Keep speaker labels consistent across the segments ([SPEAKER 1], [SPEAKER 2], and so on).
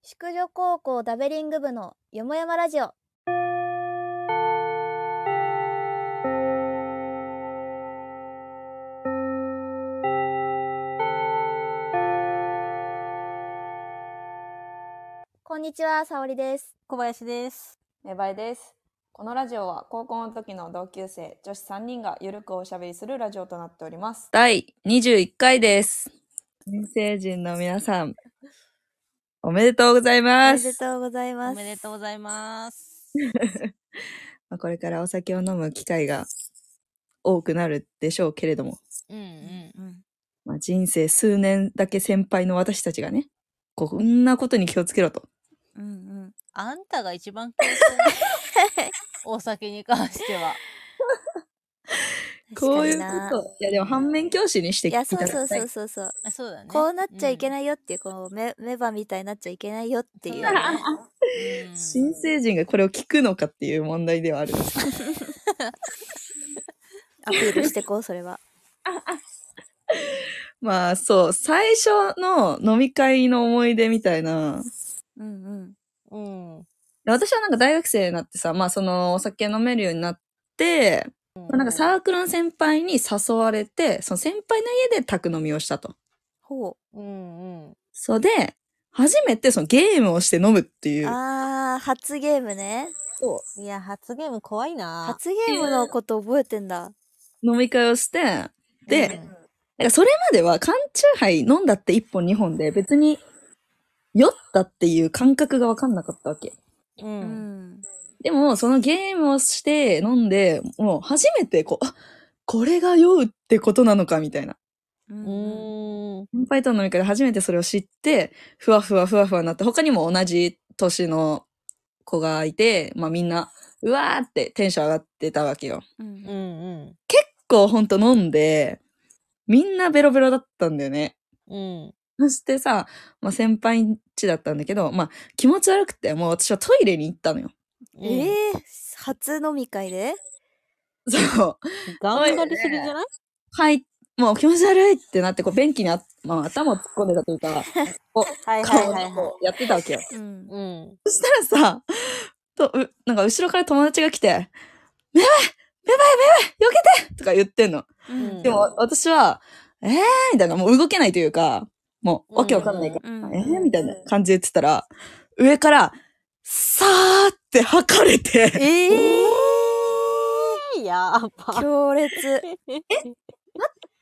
[SPEAKER 1] 宿女高校ダベリング部のよもやまラジオこんにちは、さおりです。
[SPEAKER 2] 小林です。
[SPEAKER 3] 芽生えです。このラジオは高校の時の同級生女子3人がゆるくおしゃべりするラジオとなっております。
[SPEAKER 4] 第21回です。新成人の皆さん、おめでとうござい
[SPEAKER 1] お
[SPEAKER 4] ま。
[SPEAKER 1] めですとうございます。
[SPEAKER 2] おめでとうございます。
[SPEAKER 4] まあこれからお酒を飲む機会が多くなるでしょうけれども、
[SPEAKER 2] うんうん。
[SPEAKER 4] まあ、人生数年だけ先輩の私たちがね、こんなことに気をつけろと。
[SPEAKER 2] うんうん。あんたが一番気をつけないお酒に関しては。
[SPEAKER 1] 確
[SPEAKER 4] こ
[SPEAKER 1] か
[SPEAKER 4] うい
[SPEAKER 1] に
[SPEAKER 4] う
[SPEAKER 1] な
[SPEAKER 4] こと。いや、でも反面教師にして
[SPEAKER 1] い
[SPEAKER 4] いただ
[SPEAKER 1] や、そ
[SPEAKER 4] きた
[SPEAKER 1] うそ
[SPEAKER 4] い。
[SPEAKER 1] うそうそうそう。
[SPEAKER 2] あ そうだね。
[SPEAKER 1] こうなっちゃいけ
[SPEAKER 2] いっ
[SPEAKER 1] ないよっていう、こうメメバみたいになっちゃいけないよって いう。
[SPEAKER 4] 新成人がこれを聞くのかっていう問題ではあるんですけど
[SPEAKER 1] アピールしてこう、それは。
[SPEAKER 4] まあそう、最初の飲み会の思い出みたいな
[SPEAKER 1] うんうん。
[SPEAKER 2] うん。うん
[SPEAKER 4] で私はなんか大学生になってさ、まあそのお酒飲めるようになって、まあなんかサークルの先輩に誘われて、その先輩の家で宅飲みをしたと。
[SPEAKER 1] ほ。
[SPEAKER 2] うんうん。
[SPEAKER 4] そうで、初めてそのゲームをして飲むっていうう。
[SPEAKER 1] あー、初ゲームね。
[SPEAKER 2] いや、初ゲーム怖いな。
[SPEAKER 1] 初ゲームのこと覚えてんだ。
[SPEAKER 4] 飲み会をして、で、
[SPEAKER 2] うん
[SPEAKER 4] なんかそれまでは缶チューハイ飲んだって1本2本で別に酔ったっていう感覚がわかんなかったわけ。
[SPEAKER 2] う。
[SPEAKER 1] うんん。
[SPEAKER 4] でも、そのゲームをして飲んで、もう初めてこう、あこれが酔うってことなのかみたいな。
[SPEAKER 1] う
[SPEAKER 2] うん
[SPEAKER 1] うん
[SPEAKER 2] ん。うん
[SPEAKER 4] 先輩との飲み会で初めてそれを知って、ふわふわふわふわになって、他にも同じ年の子がいて、まあみんな、うわーってテンション上がってたわけよ。
[SPEAKER 1] う
[SPEAKER 2] うんん。
[SPEAKER 4] 結構ほんと飲んで、みんなベロベロだったんだよね。
[SPEAKER 2] うん。
[SPEAKER 4] そしてさ、まあ先輩んちだったんだけど、まあ気持ち悪くて、もう私はトイレに行ったのよ。
[SPEAKER 1] えー、初飲み会で
[SPEAKER 4] そう。
[SPEAKER 2] 頑張りすぎじゃない
[SPEAKER 4] はい、もう気持ち悪いってなって、こう便器にあ、 まあ、頭を突っ込んでたというか、こう、
[SPEAKER 2] はい
[SPEAKER 4] 顔をこうやってたわけよ。
[SPEAKER 1] うん。
[SPEAKER 2] うん。
[SPEAKER 4] そしたらさ、と、う、なんか後ろから友達が来て、めばいめばいめばい避けてとか言ってんの。
[SPEAKER 2] うん
[SPEAKER 4] でも私は、えーみたいな、もう動けないというか、もうわけわかんないから、
[SPEAKER 1] うん
[SPEAKER 4] えーみたいな感じで言ってたら、上から、さーって吐かれて、
[SPEAKER 1] えー、
[SPEAKER 2] やば。
[SPEAKER 1] 強烈。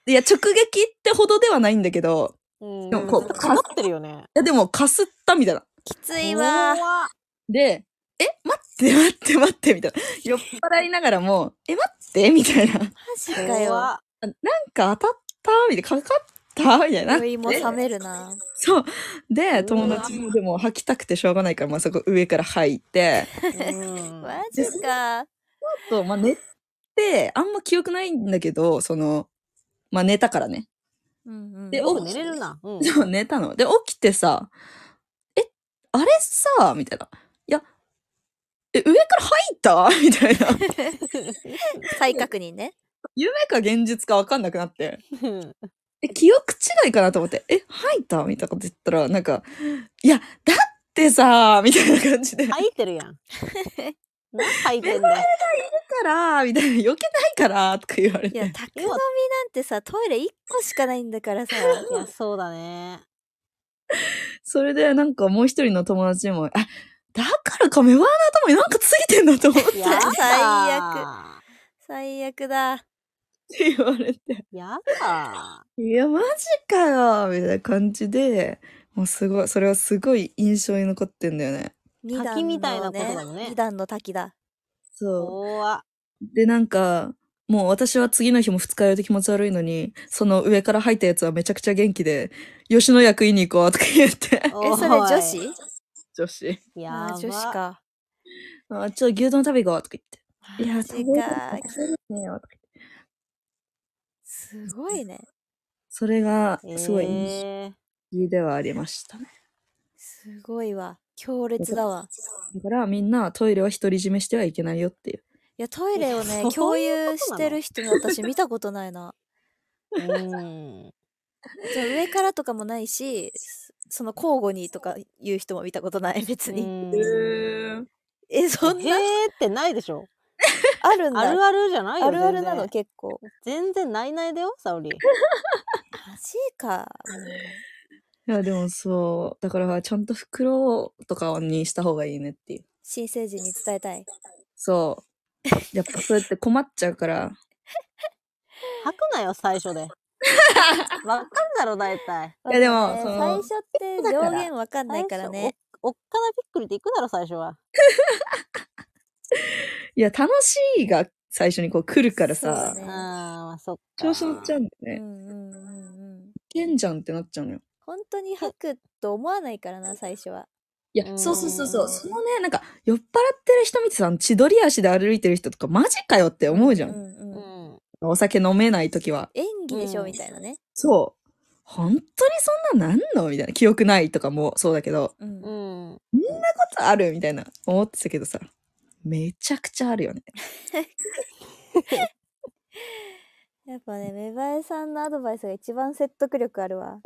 [SPEAKER 4] いや、直撃ってほどではないんだけど、
[SPEAKER 2] うん
[SPEAKER 4] でもこう
[SPEAKER 2] かぶってるよね。
[SPEAKER 4] いやでもかすったみたいな。
[SPEAKER 1] きついわ。
[SPEAKER 2] 怖っ
[SPEAKER 4] で、え、待って待って待って、みたいな。酔っ払いながらも、え、待って、みたいな。なん
[SPEAKER 1] マジかよ。
[SPEAKER 4] か当たったみたいな。かかったみたいな。
[SPEAKER 1] 酔いも冷めるな。
[SPEAKER 4] そう。で、友達もでも吐きたくてしょうがないから、まあ、そこ上から吐いて、
[SPEAKER 2] うん
[SPEAKER 1] マジか。
[SPEAKER 4] あと、まあ、寝て、あんま記憶ないんだけど、その、まあ、寝たからね。
[SPEAKER 1] うんうん。
[SPEAKER 4] で
[SPEAKER 2] よく寝れるな。うん
[SPEAKER 4] でも寝たの。で、起きてさ、え、あれさ、みたいな。いや、え、上から吐いた みたいな。
[SPEAKER 1] 再確認ね。
[SPEAKER 4] 夢か現実かわかんなくなって。
[SPEAKER 2] うん
[SPEAKER 4] え、記憶違いかなと思って、え、吐いたみたいなこと言ったら、なんか、いや、だってさ、みたいな感じで、だか
[SPEAKER 2] 吐いてるやん。な吐いてんだ よ。
[SPEAKER 4] ら、みたいな、避けないから、とか言われ
[SPEAKER 1] いや、
[SPEAKER 4] て。
[SPEAKER 1] 宅飲みなんてさ、トイレ1個しかないんだからさ。
[SPEAKER 2] いや、そうだ ね。
[SPEAKER 4] それで、なんかもう一人の友達も、あ、だからか、メバーの頭になんかついてんだと思っ
[SPEAKER 2] やだー
[SPEAKER 1] 最悪。最悪だ。
[SPEAKER 4] て言われて、
[SPEAKER 2] やだ
[SPEAKER 4] いや、マジかよ、みたいな感じで、もうすごい、それはすごい印象に残ってんだよね。
[SPEAKER 1] 二段の、ね、
[SPEAKER 2] 滝みたいなことだもんね
[SPEAKER 1] 二段の滝
[SPEAKER 2] ー。
[SPEAKER 1] だ。
[SPEAKER 4] そう。
[SPEAKER 2] 怖っ
[SPEAKER 4] で、なんか、もう私は次の日も二日酔いで気持ち悪いのに、その上から吐いたやつはめちゃくちゃ元気で、吉野家食いに行こうとか言って。
[SPEAKER 2] お
[SPEAKER 1] え、
[SPEAKER 2] い
[SPEAKER 1] それ女子
[SPEAKER 4] 女子。
[SPEAKER 2] や
[SPEAKER 1] あ
[SPEAKER 2] ば
[SPEAKER 1] ー女子か。
[SPEAKER 4] あ、ちょっと牛丼食べ行こうとか言って。いや、
[SPEAKER 1] マ
[SPEAKER 4] 食べ
[SPEAKER 1] ジ
[SPEAKER 4] 行こ
[SPEAKER 1] か
[SPEAKER 4] う。食べねえよとか言って
[SPEAKER 1] すごいね。
[SPEAKER 4] それが、すごい印
[SPEAKER 2] え
[SPEAKER 4] 象ではありましたね。
[SPEAKER 1] すごいわ。強烈だわ。
[SPEAKER 4] だからみんなトイレは独り占めしてはいけないよっていう。
[SPEAKER 1] いや、トイレをね
[SPEAKER 2] いや、
[SPEAKER 1] 共
[SPEAKER 2] そういうことなの
[SPEAKER 1] 有してる人の私見たことないな。
[SPEAKER 2] ーうん
[SPEAKER 1] じゃあ上からとかもないし、すその交互にとか言う人も見たことない別に、
[SPEAKER 4] へ
[SPEAKER 5] うん
[SPEAKER 4] ー
[SPEAKER 1] えそん
[SPEAKER 5] へ
[SPEAKER 1] な
[SPEAKER 5] ーってないでしょ
[SPEAKER 1] あるんだ
[SPEAKER 5] あるあるじゃないよ
[SPEAKER 1] あるあるなの
[SPEAKER 5] 全然
[SPEAKER 1] 結構
[SPEAKER 5] 全然ないないだよ沙織
[SPEAKER 1] マジか
[SPEAKER 4] いや、でもそう。だから、ちゃんと袋とかにした方がいいねっていう。
[SPEAKER 1] 新成人に伝えたい
[SPEAKER 4] そう。やっぱそうやって困っちゃうから。
[SPEAKER 5] 吐くなよ最 初でわかんだろ大体
[SPEAKER 4] いやでも
[SPEAKER 1] わかん
[SPEAKER 4] その
[SPEAKER 1] ない最初って上限わかんないからね
[SPEAKER 5] 最初おおっかなびっくりでいくだろ最初はい
[SPEAKER 4] や、楽しいが最初にこう来るから
[SPEAKER 1] そ
[SPEAKER 4] さ
[SPEAKER 1] う、だ
[SPEAKER 5] あー
[SPEAKER 1] ね
[SPEAKER 5] まあそっか
[SPEAKER 4] 調子乗っちゃうんだ
[SPEAKER 1] うん
[SPEAKER 4] よね。
[SPEAKER 1] うんうんうん
[SPEAKER 4] いけんじゃんってなっちゃうのよ。
[SPEAKER 1] 本当に吐くと思わないからな最初はい
[SPEAKER 4] や
[SPEAKER 5] う、ん
[SPEAKER 4] そうそうそうそう。そのね、なんか、酔っ払ってる人見てさ、千鳥足で歩いてる人とか、マジかよって思うじゃ。
[SPEAKER 1] うんん
[SPEAKER 5] う
[SPEAKER 1] うん
[SPEAKER 5] ん
[SPEAKER 4] お酒飲めない時は。
[SPEAKER 1] 演技でしょ
[SPEAKER 5] うん
[SPEAKER 1] みたいなね
[SPEAKER 4] そう。本当にそんななんのみたいな。記憶ないとかもそうだけど、
[SPEAKER 1] うん
[SPEAKER 5] うん
[SPEAKER 4] こんなことあるみたいな思ってたけどさ、めちゃくちゃあるよね。
[SPEAKER 1] やっぱね芽生えさんのアドバイスが一番説得力あるわ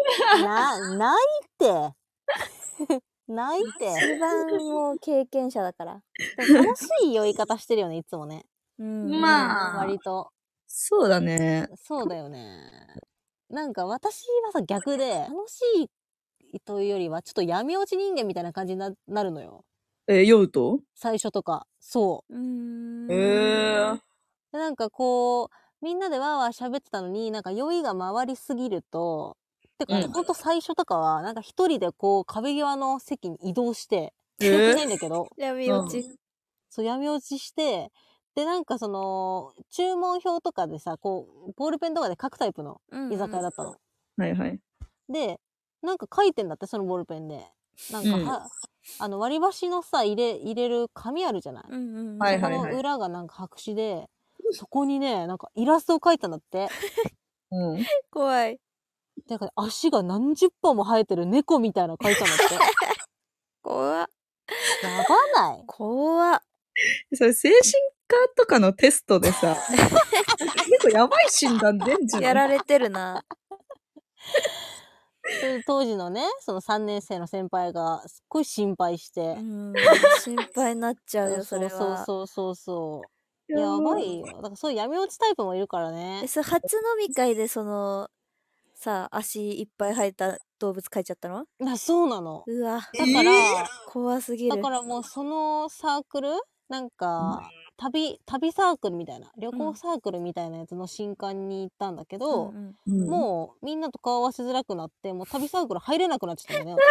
[SPEAKER 5] な、ないって。 ないって。
[SPEAKER 1] 一番もう経験者だから
[SPEAKER 5] 楽しい酔い方してるよね、いつもね。
[SPEAKER 1] うん
[SPEAKER 4] まあ
[SPEAKER 5] 割と。
[SPEAKER 4] そうだね。
[SPEAKER 5] そうだよね。なんか私はさ、逆で、 楽しいというよりは、ちょっと闇落ち人間みたいな感じにななるのよ。
[SPEAKER 4] えー酔うと
[SPEAKER 5] 最初とか。そう
[SPEAKER 1] ーん
[SPEAKER 4] えー、
[SPEAKER 5] う。でなんかこう、みんなでわーわー喋ってたのに、なんか酔いが回りすぎると、てか、
[SPEAKER 4] うん
[SPEAKER 5] ほんと最初とかは、なんか一人でこう、壁際の席に移動して、
[SPEAKER 4] え
[SPEAKER 5] 記
[SPEAKER 4] ー
[SPEAKER 5] 憶ないんだけど、
[SPEAKER 1] 闇落ち
[SPEAKER 5] そう、闇落ちして、で、なんかその、注文表とかでさ、こう、ボールペンとかで書くタイプの居酒屋だったの。
[SPEAKER 4] はいはい。
[SPEAKER 5] で、なんか書いてんだって、そのボールペンで。なんかは、
[SPEAKER 4] うん
[SPEAKER 5] あの、割り箸のさ、入れ、入れる紙あるじゃない、
[SPEAKER 1] うんうんうん
[SPEAKER 4] はいはい
[SPEAKER 5] そこの裏がなんか白紙で、そこにね、なんかイラストを描いたんだって。
[SPEAKER 4] うん。
[SPEAKER 1] 怖い
[SPEAKER 5] だから足が何十本も生えてる猫みたいなの描いたんだって。
[SPEAKER 1] 怖っ
[SPEAKER 5] やばない
[SPEAKER 1] 怖っ
[SPEAKER 4] それ精神科とかのテストでさ、結構やばい診断出んじゃん。
[SPEAKER 1] やられてるな
[SPEAKER 5] それで当時のね、その3年生の先輩がすっごい心配して。
[SPEAKER 1] うん心配になっちゃうよそれは
[SPEAKER 5] そうそうそうそうやばいよだからそういう闇落ちタイプもいるからね
[SPEAKER 1] えそれ初飲み会でそのさ足いっぱい生えた動物描いちゃったの
[SPEAKER 5] いやそうなの
[SPEAKER 1] うわ
[SPEAKER 5] だから、
[SPEAKER 1] 怖すぎる
[SPEAKER 5] だからもうそのサークルなんか旅旅サークルみたいな旅行サークルみたいなやつの新刊に行ったんだけど、
[SPEAKER 1] うんうん
[SPEAKER 4] うん。
[SPEAKER 5] もうみんなと顔合わせづらくなってもう旅サークル入れなくなっちゃったんだよね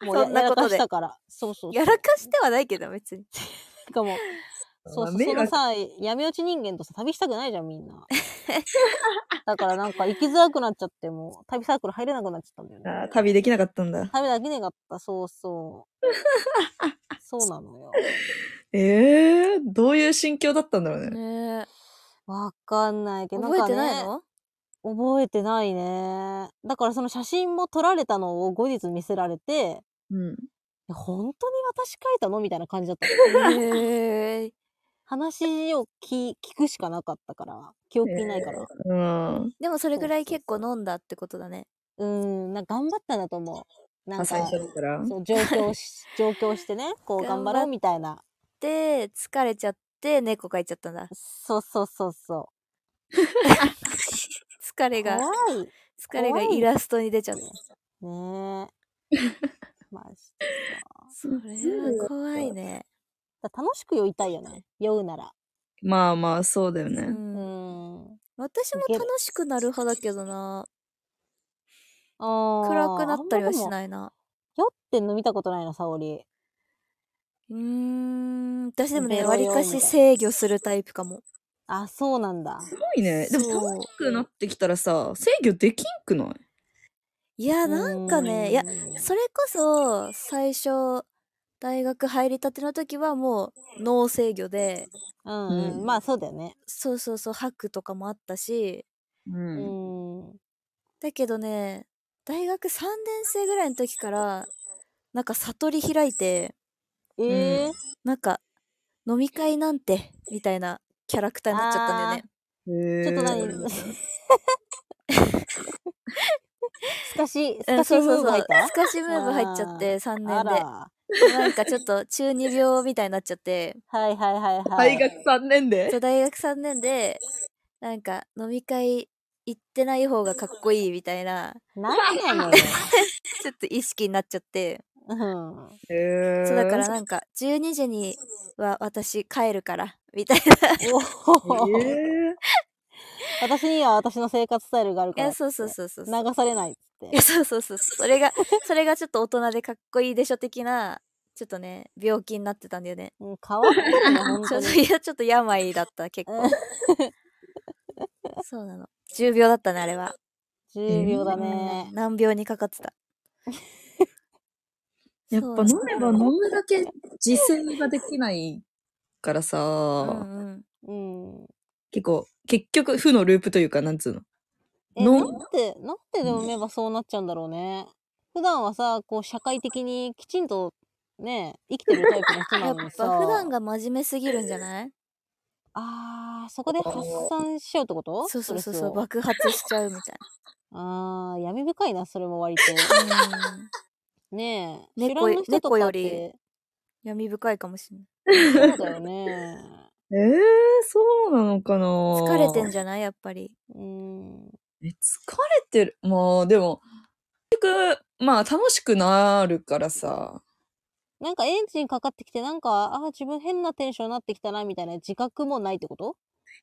[SPEAKER 5] 私もうや
[SPEAKER 1] そんな
[SPEAKER 5] やら
[SPEAKER 1] こと
[SPEAKER 5] か
[SPEAKER 1] で
[SPEAKER 5] したからそうそう
[SPEAKER 1] やらかしてはないけど別に
[SPEAKER 5] しかも そうそう、
[SPEAKER 4] 迷
[SPEAKER 5] そ
[SPEAKER 4] 惑
[SPEAKER 5] のさ、闇落ち人間とさ、旅したくないじゃん、み んな。だからなんか行きづらくなっちゃって、もう、旅サークル入れなくなっちゃったんだよね。
[SPEAKER 4] あー旅できなかったんだ。
[SPEAKER 5] 旅だけねがった、そうそう。そうなのよ。
[SPEAKER 4] えー、どういう心境だったんだろうね。
[SPEAKER 1] ね
[SPEAKER 5] わかんないけど、
[SPEAKER 1] 覚えてない
[SPEAKER 5] んかね
[SPEAKER 1] の
[SPEAKER 5] 覚えてないね。だからその写真も撮られたのを後日見せられて、
[SPEAKER 4] うん。
[SPEAKER 5] え本当に私書いたのみたいな感じだった。
[SPEAKER 1] へえ
[SPEAKER 5] 話を聞聞くしかなかったから、記憶にないから。
[SPEAKER 4] うん。
[SPEAKER 1] でもそれぐらい結
[SPEAKER 5] そ
[SPEAKER 1] 構
[SPEAKER 5] うそうそう
[SPEAKER 1] 飲んだってことだね
[SPEAKER 5] うん、なんか頑張ったんだと思う。なん
[SPEAKER 4] ま
[SPEAKER 5] か、
[SPEAKER 4] あ、最初だから。
[SPEAKER 5] そう上京し上京してねこう頑
[SPEAKER 1] 頑
[SPEAKER 5] 張
[SPEAKER 1] 張っ
[SPEAKER 5] ろうみたいな
[SPEAKER 1] で疲れちゃって猫描いちゃったん だ
[SPEAKER 5] そうそうそ うそ
[SPEAKER 1] 疲れ
[SPEAKER 5] う怖
[SPEAKER 1] が
[SPEAKER 5] い
[SPEAKER 1] 疲れがイラストに出ちゃった
[SPEAKER 5] ねえマジでさ
[SPEAKER 1] それは怖いね
[SPEAKER 5] だ楽しく酔いたい よね酔うなら
[SPEAKER 4] まあまあ、そうだよね。
[SPEAKER 5] う
[SPEAKER 1] うん
[SPEAKER 5] ん
[SPEAKER 1] 私も楽しくなる派だけどな
[SPEAKER 5] あ
[SPEAKER 1] 暗くなったりはし
[SPEAKER 5] い
[SPEAKER 1] ないな
[SPEAKER 5] 酔ってんの見たことないな沙織
[SPEAKER 1] うーん私でも
[SPEAKER 5] ベ
[SPEAKER 1] ね
[SPEAKER 5] ロ
[SPEAKER 1] わりか
[SPEAKER 5] よみ
[SPEAKER 1] した
[SPEAKER 5] いな
[SPEAKER 1] 制御するタイプかも
[SPEAKER 5] あそうなんだ
[SPEAKER 4] すごいね。でも
[SPEAKER 1] そう
[SPEAKER 4] 楽しくなってきたらさ、制御できんくない
[SPEAKER 1] いやなんかねいや
[SPEAKER 5] うん
[SPEAKER 1] それこそ最初大学入りたての時はもう脳制御で
[SPEAKER 5] うん、
[SPEAKER 4] うん
[SPEAKER 5] まあそうだよね
[SPEAKER 1] そうそうそう吐くとかもあったし
[SPEAKER 4] う。
[SPEAKER 5] うんん、
[SPEAKER 1] だけどね大学3年生ぐらいの時からなんか悟り開いて
[SPEAKER 5] ええ
[SPEAKER 1] なんか飲み会なんてみたいなキャラクターになっち ゃったんだよね
[SPEAKER 4] へー
[SPEAKER 5] ちょっと何すかし、す
[SPEAKER 1] う
[SPEAKER 5] か
[SPEAKER 1] ん
[SPEAKER 5] し
[SPEAKER 1] そう
[SPEAKER 5] ム
[SPEAKER 1] そう
[SPEAKER 5] ーブ
[SPEAKER 1] そ
[SPEAKER 5] 入
[SPEAKER 1] う
[SPEAKER 5] っ。
[SPEAKER 1] スカシムーブ入っちゃって、3
[SPEAKER 5] たあ
[SPEAKER 1] 年で。
[SPEAKER 5] ら。
[SPEAKER 1] なんかちょっと中二病みたいになっちゃって、
[SPEAKER 5] はいはいはいは
[SPEAKER 4] 大
[SPEAKER 5] い。
[SPEAKER 4] 学3年で
[SPEAKER 1] そう大学3年で、なんか飲み会行ってない方がかっこいいみたいな、
[SPEAKER 5] なんやねん。
[SPEAKER 1] ちょっと意識になっちゃって、
[SPEAKER 5] うん。
[SPEAKER 4] へー
[SPEAKER 1] そうだからなんか12時には私帰るから、みたいな。
[SPEAKER 5] おー
[SPEAKER 4] え
[SPEAKER 5] 私には私の生活スタイルがある
[SPEAKER 1] い
[SPEAKER 5] から
[SPEAKER 1] や、。そうそうそうそうそう。
[SPEAKER 5] 流されないっつっ
[SPEAKER 1] い
[SPEAKER 5] て
[SPEAKER 1] や。そうそうそうそうそれがそれがちょっと大人でかっこいいでしょ的なちょっとね病気になってたんだよね
[SPEAKER 5] うん変わってる ね、本
[SPEAKER 1] ち
[SPEAKER 5] 当
[SPEAKER 1] ょっ
[SPEAKER 5] に
[SPEAKER 1] と。いやちょっと病だった結構そうなの重病だったねあれは
[SPEAKER 5] 重秒だ
[SPEAKER 1] う
[SPEAKER 5] ね
[SPEAKER 1] ん。難病にかかってた
[SPEAKER 4] ーやっぱ飲めば飲むだけ自制ができないからさ、
[SPEAKER 1] そうなのうんうん
[SPEAKER 5] うん。
[SPEAKER 4] 結構結局負のループというかなんつうの
[SPEAKER 5] え、
[SPEAKER 4] の
[SPEAKER 5] なんで、なんででもめばそうなっちゃうんだろうね。普段はさ、こう、社会的にきちんと、ね、生きてるタイプの人
[SPEAKER 1] や
[SPEAKER 5] な
[SPEAKER 1] っ
[SPEAKER 5] のにさ。
[SPEAKER 1] ぱ普段が真面目すぎるんじゃない
[SPEAKER 5] あー、そこで発散しちゃうってこと
[SPEAKER 1] そうそうそう
[SPEAKER 5] ストレス
[SPEAKER 1] そう
[SPEAKER 5] を
[SPEAKER 1] 爆発しちゃうみたい
[SPEAKER 5] あー、闇深いな、それも割と。
[SPEAKER 1] な、うん、
[SPEAKER 5] ねえ、知
[SPEAKER 1] 猫
[SPEAKER 5] らんの人と
[SPEAKER 1] 猫
[SPEAKER 5] か
[SPEAKER 1] よ
[SPEAKER 5] っ
[SPEAKER 1] り
[SPEAKER 5] て。
[SPEAKER 1] 闇深いかもしんない
[SPEAKER 5] そうだよね。
[SPEAKER 4] えー、そうなのかな
[SPEAKER 1] 疲れてんじゃないやっぱり
[SPEAKER 5] うん。
[SPEAKER 4] え疲れてるまあでも結局まあ楽しくなるからさ
[SPEAKER 5] なんかエンジンかかってきて、なんか、あー、自分変なテンションになってきたな、みたいな自覚もないってこと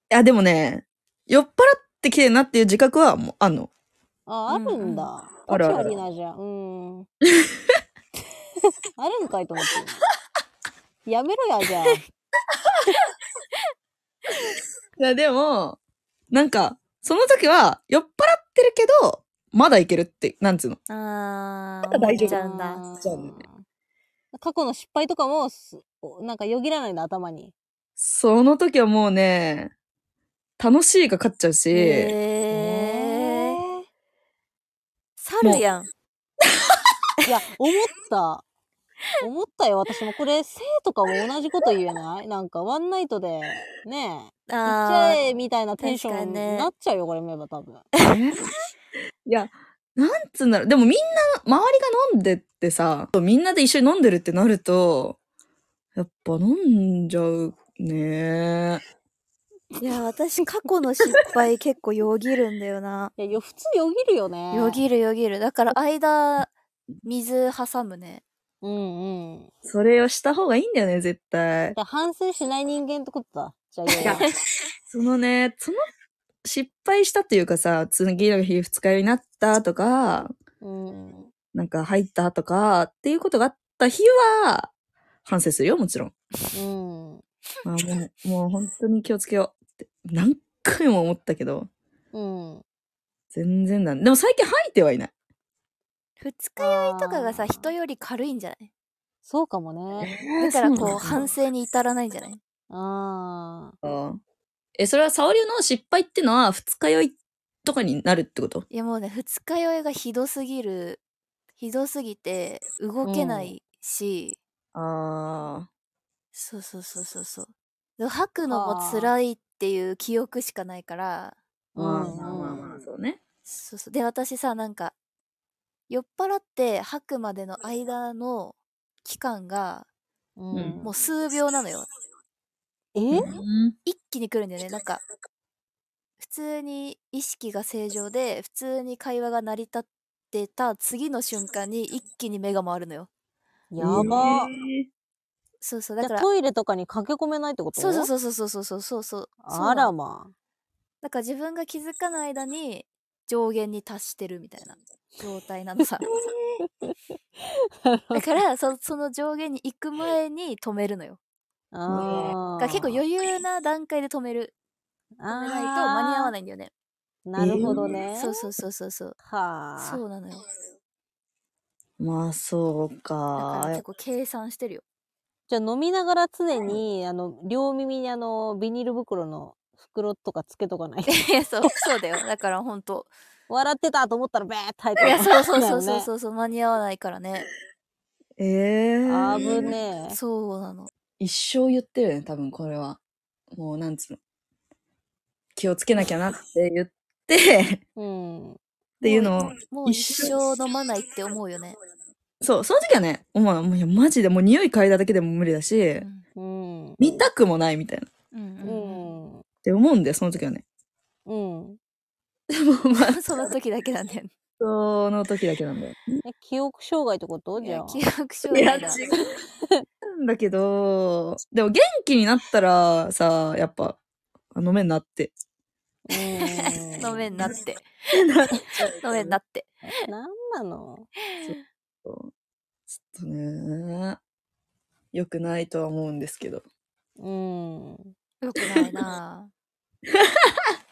[SPEAKER 4] いやでもね酔っ払ってきてるなっていう自覚はもうあんの
[SPEAKER 5] あ、あ
[SPEAKER 1] うん
[SPEAKER 5] るんだ。
[SPEAKER 4] あるある
[SPEAKER 5] 立ち悪いなじゃん。うん。 あるんかいと思って今。やめろや、じゃあ。
[SPEAKER 4] いやでもなんかその時は酔っ払ってるけどまだいけるってなんつうの
[SPEAKER 1] あー
[SPEAKER 4] ただ
[SPEAKER 1] 思
[SPEAKER 4] 大
[SPEAKER 1] っ
[SPEAKER 4] 丈夫
[SPEAKER 1] ちゃうんだ
[SPEAKER 5] あー
[SPEAKER 4] そうね
[SPEAKER 5] 過去の失敗とかもす、おなんかよぎらないんだ、頭に。
[SPEAKER 4] その時はもうね楽しいが勝っちゃうし、
[SPEAKER 1] へえ
[SPEAKER 5] ね
[SPEAKER 1] 猿やん
[SPEAKER 5] えいや、思った。思ったよ、私も。これ、性とかも同じこと言えないなんか、ワンナイトで、ねえ、行っちゃ
[SPEAKER 1] あ
[SPEAKER 5] え、みたいなテンショ
[SPEAKER 1] 確
[SPEAKER 5] ン
[SPEAKER 1] かにね
[SPEAKER 5] になっちゃうよ、これ、メバ、多分。
[SPEAKER 4] いや、なんつうんだろう。でもみんな、周りが飲んでってさ、みんなで一緒に飲んでるってなると、やっぱ飲んじゃうね。
[SPEAKER 1] ーいや私過去の失敗結構よぎるんだよない
[SPEAKER 5] や、よ普通よぎるよね。
[SPEAKER 1] よぎるよぎるだから間水挟むね
[SPEAKER 5] うんうん。
[SPEAKER 4] それをした方がいいんだよね、絶対。
[SPEAKER 5] だ反省しない人間ってことだ。じゃあ、
[SPEAKER 4] いやそのね、その、失敗したっていうかさ、次の日二日酔いになったとか、
[SPEAKER 5] うん。
[SPEAKER 4] なんか入ったとか、っていうことがあった日は、反省するよ、もちろん。
[SPEAKER 5] うん。
[SPEAKER 4] まあ、もう、もう本当に気をつけようって、何回も思ったけど、
[SPEAKER 5] うん。
[SPEAKER 4] 全然なんでも最近吐いてはいない。
[SPEAKER 1] 二日酔いとかが
[SPEAKER 5] あ
[SPEAKER 1] さ
[SPEAKER 5] ー
[SPEAKER 1] 人より軽いんじゃな
[SPEAKER 5] そうかも ね。
[SPEAKER 1] いだから
[SPEAKER 4] そうなん
[SPEAKER 1] こう
[SPEAKER 4] だ
[SPEAKER 1] 反省に至らないんじゃない
[SPEAKER 5] ああ。
[SPEAKER 4] え、それは沙織の失敗ってのは二日酔いとかになるってこと
[SPEAKER 1] いやもうね二日酔いがひどすぎるひどすぎて動けないし、
[SPEAKER 4] ああ。
[SPEAKER 1] そうそうそうそうそうで吐くのも辛いっていう記憶しかないから
[SPEAKER 4] まあ
[SPEAKER 5] うん
[SPEAKER 4] まあまあまあ、そうね。
[SPEAKER 1] そうそうで私さなんか酔っ払って吐くまでの間の期間が
[SPEAKER 5] うん
[SPEAKER 4] うん
[SPEAKER 1] もう数秒なのよ
[SPEAKER 5] え
[SPEAKER 1] 一気に来るんだよねなんか普通に意識が正常で普通に会話が成り立ってた次の瞬間に一気に目が回るのよ
[SPEAKER 5] やば。
[SPEAKER 1] そうそうだ
[SPEAKER 5] じ
[SPEAKER 1] か
[SPEAKER 5] ゃあ
[SPEAKER 1] ら
[SPEAKER 5] トイレとかに駆け込めないってこと
[SPEAKER 1] そうそう
[SPEAKER 5] う。
[SPEAKER 1] そうそうそうそうそうそう
[SPEAKER 5] あ
[SPEAKER 1] そうな
[SPEAKER 5] ら
[SPEAKER 1] の
[SPEAKER 5] ま
[SPEAKER 1] だから自分が気づかない間に上限に達してるみたいな状態なのさだからそその上限に行く前に止めるのよ
[SPEAKER 5] あ。あ
[SPEAKER 1] だ
[SPEAKER 5] あ。
[SPEAKER 1] から結構
[SPEAKER 5] い
[SPEAKER 1] 余裕な段階で止める止めないと間に合わないんだよね
[SPEAKER 5] ない。なるほどね。
[SPEAKER 1] そうそうそうそうそう
[SPEAKER 5] はあ。
[SPEAKER 1] そうなのよ
[SPEAKER 4] まあ、そう
[SPEAKER 1] だから
[SPEAKER 4] か
[SPEAKER 1] 結。構計算してるよ
[SPEAKER 5] じゃあ飲みながら常に、あの、両耳にあの、ビニール袋の袋とかつけとかないと。
[SPEAKER 1] いやそうそうだよだからほんと
[SPEAKER 5] 笑ってたと思ったらべーって入っ
[SPEAKER 1] い
[SPEAKER 5] て
[SPEAKER 1] やそうそうそうそう
[SPEAKER 5] う。
[SPEAKER 1] そうそう間に合わないからね
[SPEAKER 4] ええ
[SPEAKER 5] あぶねえ。
[SPEAKER 1] そうなの
[SPEAKER 4] 一生言ってるよね、多分これは。もう、なんつうの。気をつけなきゃなって言って、
[SPEAKER 5] うん。
[SPEAKER 4] っていうのを、
[SPEAKER 1] もう一生飲まないって思うよね。
[SPEAKER 4] そう、その時はね、思うのもういやマジでもう匂い嗅いだだけでも無理だし、
[SPEAKER 5] うん。
[SPEAKER 4] 見たくもないみたいな。っ
[SPEAKER 2] うん
[SPEAKER 5] う
[SPEAKER 2] うん
[SPEAKER 5] ん。
[SPEAKER 4] て思うんで、その時はね。
[SPEAKER 5] うん。
[SPEAKER 4] でもまあ、
[SPEAKER 1] その時だけなんだよね。
[SPEAKER 4] その時だけなんだよ。
[SPEAKER 5] え、記憶障害ってこと
[SPEAKER 1] い
[SPEAKER 5] じ
[SPEAKER 1] や
[SPEAKER 5] ゃあ。
[SPEAKER 1] 記憶障害だ。
[SPEAKER 4] なんだけど、でも元気になったらさ、やっぱ、あ飲めんなって。
[SPEAKER 5] うん
[SPEAKER 1] 飲めんなって。飲めんなって。
[SPEAKER 5] なんなの
[SPEAKER 4] ちょっとね、良くないとは思うんですけど。
[SPEAKER 5] うん。
[SPEAKER 1] よくないなぁ